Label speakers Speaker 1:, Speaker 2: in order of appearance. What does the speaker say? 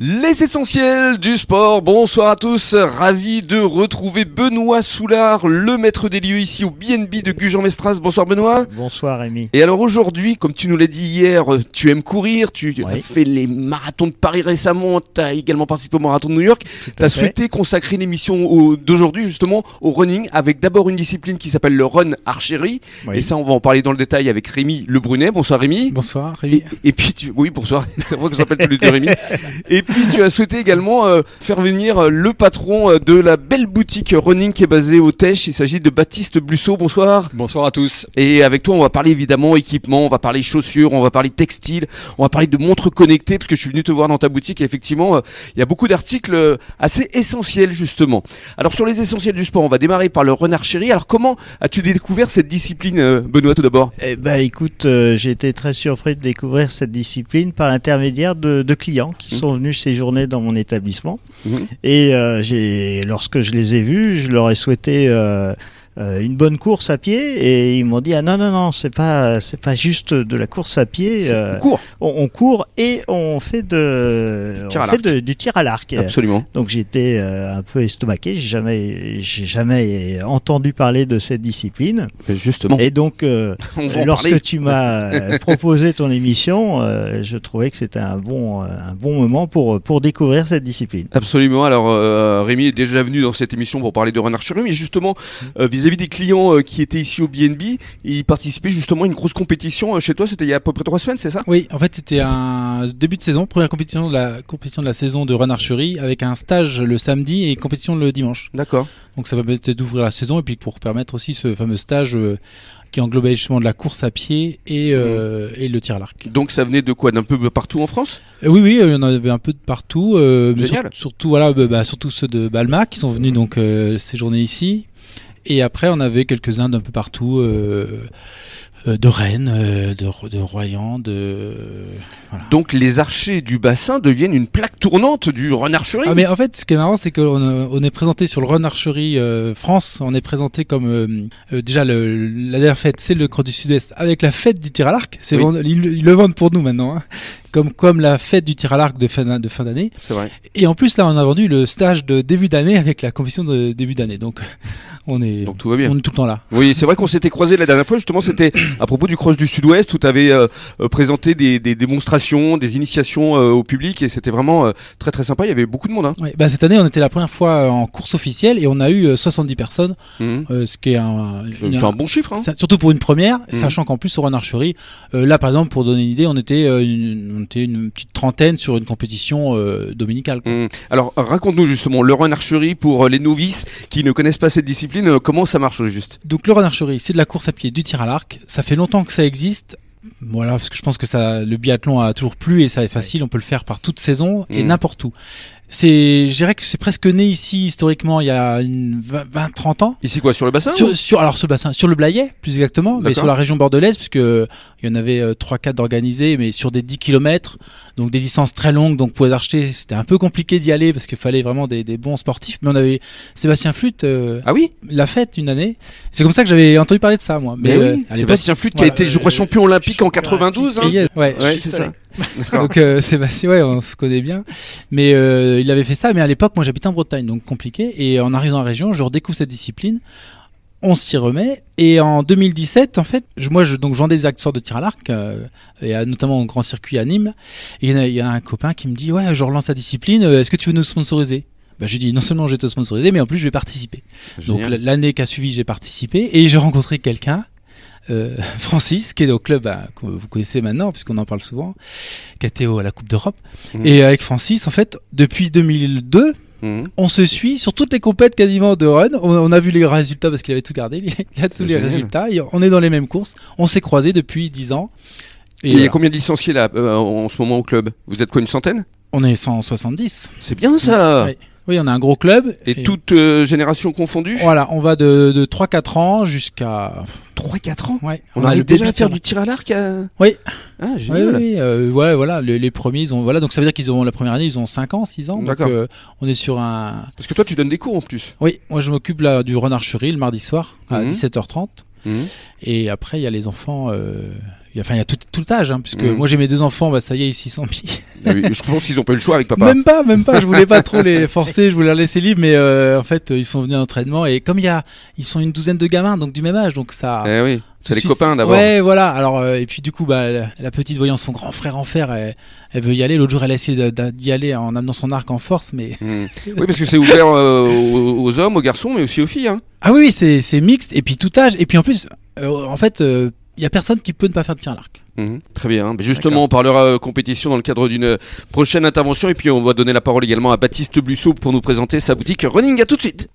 Speaker 1: Les essentiels du sport, bonsoir à tous, ravi de retrouver Benoît Soulard, le maître des lieux ici au BNB de Gujan-Mestras. Bonsoir Benoît.
Speaker 2: Bonsoir Rémi.
Speaker 1: Et alors aujourd'hui, comme tu nous l'as dit hier, tu aimes courir, tu as
Speaker 2: Oui.
Speaker 1: fait les marathons de Paris récemment, tu as également participé au marathon de New York, tu as
Speaker 2: fait.
Speaker 1: souhaité consacrer l'émission au- d'aujourd'hui justement au running avec d'abord une discipline qui s'appelle le run archery
Speaker 2: Oui.
Speaker 1: et ça on va en parler dans le détail avec Rémi Le Brunet. Bonsoir Rémi.
Speaker 3: Bonsoir
Speaker 1: Et,
Speaker 3: Rémi.
Speaker 1: et puis tu... oui bonsoir c'est vrai que je rappelle tous les deux Rémi et puis tu as souhaité également euh, faire venir euh, le patron euh, de la belle boutique running qui est basée au Teche il s'agit de Baptiste Blusseau bonsoir
Speaker 4: Bonsoir à tous.
Speaker 1: et avec toi on va parler évidemment équipement on va parler chaussures on va parler textile on va parler de montres connectées parce que je suis venu te voir dans ta boutique et effectivement euh, il y a beaucoup d'articles euh, assez essentiels justement alors sur les essentiels du sport on va démarrer par le renard chéri alors comment as-tu découvert cette discipline euh, Benoît tout d'abord
Speaker 2: Eh ben, écoute, euh, j'ai été très surpris de découvrir cette discipline par l'intermédiaire de, de clients qui
Speaker 1: Mhm.
Speaker 2: sont venus séjourner dans mon établissement.
Speaker 1: Mhm.
Speaker 2: Et euh, j'ai, lorsque je les ai vus, je leur ai souhaité euh, euh, une bonne course à pied et ils m'ont dit ah non non non c'est pas c'est pas juste de la course à pied,
Speaker 1: C'est-
Speaker 2: euh,
Speaker 1: on court
Speaker 2: on, on court et on fait de
Speaker 1: Du tir
Speaker 2: on
Speaker 1: à
Speaker 2: fait
Speaker 1: l'arc.
Speaker 2: de- du tir à l'arc.
Speaker 1: absolument
Speaker 2: Donc j'étais euh, un peu estomaqué, j'ai jamais j'ai jamais entendu parler de cette discipline.
Speaker 1: Justement,
Speaker 2: Et donc euh,
Speaker 1: on va en
Speaker 2: lorsque
Speaker 1: parler.
Speaker 2: tu m'as euh, proposé ton émission, euh, je trouvais que c'était un bon, euh, un bon moment pour, pour découvrir cette discipline.
Speaker 1: Absolument. Alors euh, Rémi est déjà venu dans cette émission pour parler de Renard Chéru, mais justement euh, vis-à-vis des clients euh, qui étaient ici au BNB, ils participaient justement à une grosse compétition euh, chez toi. C'était il y a à peu près trois semaines, c'est ça
Speaker 3: Oui, en fait, c'était un début de saison, première compétition de la compétition de la saison de run archery avec un stage le samedi et compétition le dimanche.
Speaker 1: D'accord.
Speaker 3: Donc ça permettait d'ouvrir la saison et puis pour permettre aussi ce fameux stage euh, qui englobait justement de la course à pied et, euh, et le tir à l'arc.
Speaker 1: Donc ça venait de quoi D'un peu partout en France
Speaker 3: Euh, oui, oui, euh, il y en avait un peu de partout. euh, mais
Speaker 1: Génial.
Speaker 3: sur- surtout, voilà, bah, bah, surtout ceux de Balma qui sont venus donc euh, séjourner ici. Et après, on avait quelques-uns d'un peu partout, euh, euh, de Rennes, euh, de, Ro- de Royan, de.
Speaker 1: Donc les archers du bassin deviennent une plaque tournante du Renard Chéru.
Speaker 3: Ah, mais en fait, ce qui est marrant, c'est qu'on euh, on est présenté sur le Run Archery euh, France. On est présenté comme euh, euh, déjà le, la dernière fête, c'est le Croix du Sud-Est avec la fête du tir à l'arc. C'est
Speaker 1: Oui.
Speaker 3: vend- ils, ils le vendent pour nous maintenant, hein. comme comme la fête du tir à l'arc de fin d'an- de fin d'année.
Speaker 1: C'est vrai.
Speaker 3: Et en plus, là, on a vendu le stage de début d'année avec la compétition de début d'année. Donc, on est,
Speaker 1: Donc tout va bien.
Speaker 3: on est tout le temps là.
Speaker 1: Oui, c'est vrai qu'on s'était croisé la dernière fois. Justement, c'était à propos du cross du Sud-Ouest où tu avais présenté des, des démonstrations, des initiations euh, au public et c'était vraiment euh, très très sympa. Il y avait beaucoup de monde. Hein.
Speaker 3: Ouais. Bah, cette année, on était la première fois en course officielle et on a eu euh, 70 personnes,
Speaker 1: Mhm.
Speaker 3: euh, ce qui est un,
Speaker 1: C'est
Speaker 3: une-
Speaker 1: c'est un bon chiffre. Hein.
Speaker 3: ça- surtout pour une première, sachant qu'en plus, au Run Archery, euh, là, par exemple, pour donner une idée, on était, euh, une, on était une petite trentaine sur une compétition euh, dominicale. quoi.
Speaker 1: Mm. Alors raconte-nous justement le run archery pour euh, les novices qui ne connaissent pas cette discipline, euh, comment ça marche au juste
Speaker 3: Donc le run archery, c'est de la course à pied, du tir à l'arc. Ça fait longtemps que ça existe. Voilà, parce que je pense que ça, le biathlon a toujours plu et ça est facile. On peut le faire par toute saison et
Speaker 1: Mhm.
Speaker 3: n'importe où. C'est, je dirais que c'est presque né ici historiquement il y a une 20, 20, 30 ans.
Speaker 1: Ici quoi sur le bassin ou-
Speaker 3: Sur, sur- alors sur le bassin, sur le Blayais plus exactement, mais
Speaker 1: D'accord.
Speaker 3: sur la région bordelaise puisque euh, il y en avait 3-4 d'organisés, mais sur des 10 km, donc des distances très longues, donc pour les archers c'était un peu compliqué d'y aller parce qu'il fallait vraiment des, des bons sportifs. Mais on avait Sébastien Flûte, euh,
Speaker 1: Ah oui,
Speaker 3: la fête une année. C'est comme ça que j'avais entendu parler de ça, moi.
Speaker 1: mais
Speaker 3: euh,
Speaker 1: oui.
Speaker 3: à l'époque,
Speaker 1: Sébastien Flûte
Speaker 3: voilà,
Speaker 1: qui a été je crois
Speaker 2: euh,
Speaker 1: champion olympique en
Speaker 2: champion
Speaker 1: 92.
Speaker 3: il
Speaker 1: hein.
Speaker 3: y a- ouais.
Speaker 1: Ouais,
Speaker 2: Juste
Speaker 1: c'est ça.
Speaker 2: là.
Speaker 3: Donc euh, Sébastien, ouais, on se connaît bien. Mais euh, il avait fait ça. Mais à l'époque, moi, j'habitais en Bretagne, donc compliqué. Et en arrivant en région, je redécouvre cette discipline. On s'y remet. Et en 2017, en fait, je- moi, je donc je vendais des accessoires de tir à l'arc, euh, et à- notamment au grand circuit à Nîmes. Et il y en a- il y, a un copain qui me dit, ouais, je relance la discipline. euh, Est-ce que tu veux nous sponsoriser bah, je lui dis non seulement je vais te sponsoriser, mais en plus je vais participer. Donc
Speaker 1: Génial.
Speaker 3: l- l'année qui a suivi, j'ai participé et j'ai rencontré quelqu'un, euh, Francis, qui est au club bah, que vous connaissez maintenant puisqu'on en parle souvent, qui était au- à la Coupe d'Europe.
Speaker 1: Mhm.
Speaker 3: Et avec Francis, en fait, depuis 2002,
Speaker 1: Mhm.
Speaker 3: on se suit sur toutes les compètes quasiment de run. On, on a vu les résultats parce qu'il avait tout gardé. Il a- il a tous les
Speaker 1: génial.
Speaker 3: résultats. Et on est dans les mêmes courses. On s'est croisés depuis 10 ans.
Speaker 1: Et il
Speaker 3: Et
Speaker 1: y a
Speaker 3: voilà.
Speaker 1: combien de licenciés là euh, en ce moment au club Vous êtes quoi une centaine
Speaker 3: on est 170.
Speaker 1: C'est bien ça.
Speaker 3: Ouais. Oui, on a un gros club.
Speaker 1: Et toute euh, génération confondue
Speaker 3: Voilà, on va de, de 3-4 ans jusqu'à.
Speaker 1: 3-4 ans
Speaker 3: Ouais,
Speaker 1: on,
Speaker 3: a
Speaker 1: arrive
Speaker 3: le
Speaker 1: déjà
Speaker 3: début
Speaker 1: à faire
Speaker 3: de-
Speaker 1: du tir à l'arc à-
Speaker 3: Oui.
Speaker 1: Ah,
Speaker 3: Oui,
Speaker 1: génial.
Speaker 3: oui, euh, ouais, voilà, les, les premiers, ils ont, voilà, donc ça veut dire qu'ils ont la première année, ils ont 5 ans, 6 ans. Donc
Speaker 1: D'accord.
Speaker 3: euh, on est sur un.
Speaker 1: Parce que toi, tu donnes des cours en plus.
Speaker 3: Oui, moi je m'occupe là du renarcherie le mardi soir à
Speaker 1: Mhm.
Speaker 3: Hmm. 17h30. Et après, il y a les enfants. euh, il y a, enfin, il y a tout, tout âge, hein, puisque
Speaker 1: Mhm.
Speaker 3: moi j'ai mes deux enfants, bah ça y est, ils s'y sont mis.
Speaker 1: Ah oui, je pense qu'ils ont pas eu le choix avec papa.
Speaker 3: Même pas, même pas. Je voulais pas trop les forcer, je voulais les laisser libres, mais euh, en fait, ils sont venus à l'entraînement et comme il y a, ils sont une douzaine de gamins, donc du même âge, donc ça.
Speaker 1: Eh oui,
Speaker 3: tout de
Speaker 1: c'est les
Speaker 3: suite,
Speaker 1: copains d'abord.
Speaker 3: Ah, Ouais, voilà. Alors euh, et puis du coup, bah la la petite voyant son grand frère en fer, elle, elle veut y aller. L'autre jour, elle a essayé de- de- d'y aller en amenant son arc en force, mais
Speaker 1: Mm. Oui, parce que c'est ouvert euh, aux, aux hommes, aux garçons, mais aussi aux filles. Hein.
Speaker 3: ah oui, oui, c'est c'est mixte et puis tout âge et puis en plus, euh, en fait, euh, il y a personne qui peut ne pas faire de tir à l'arc.
Speaker 1: Mhm. Très bien. Mais Justement, on parlera euh, compétition dans le cadre d'une euh, prochaine intervention. Et puis, on va donner la parole également à Baptiste Blusseau pour nous présenter sa boutique Running. À tout de suite.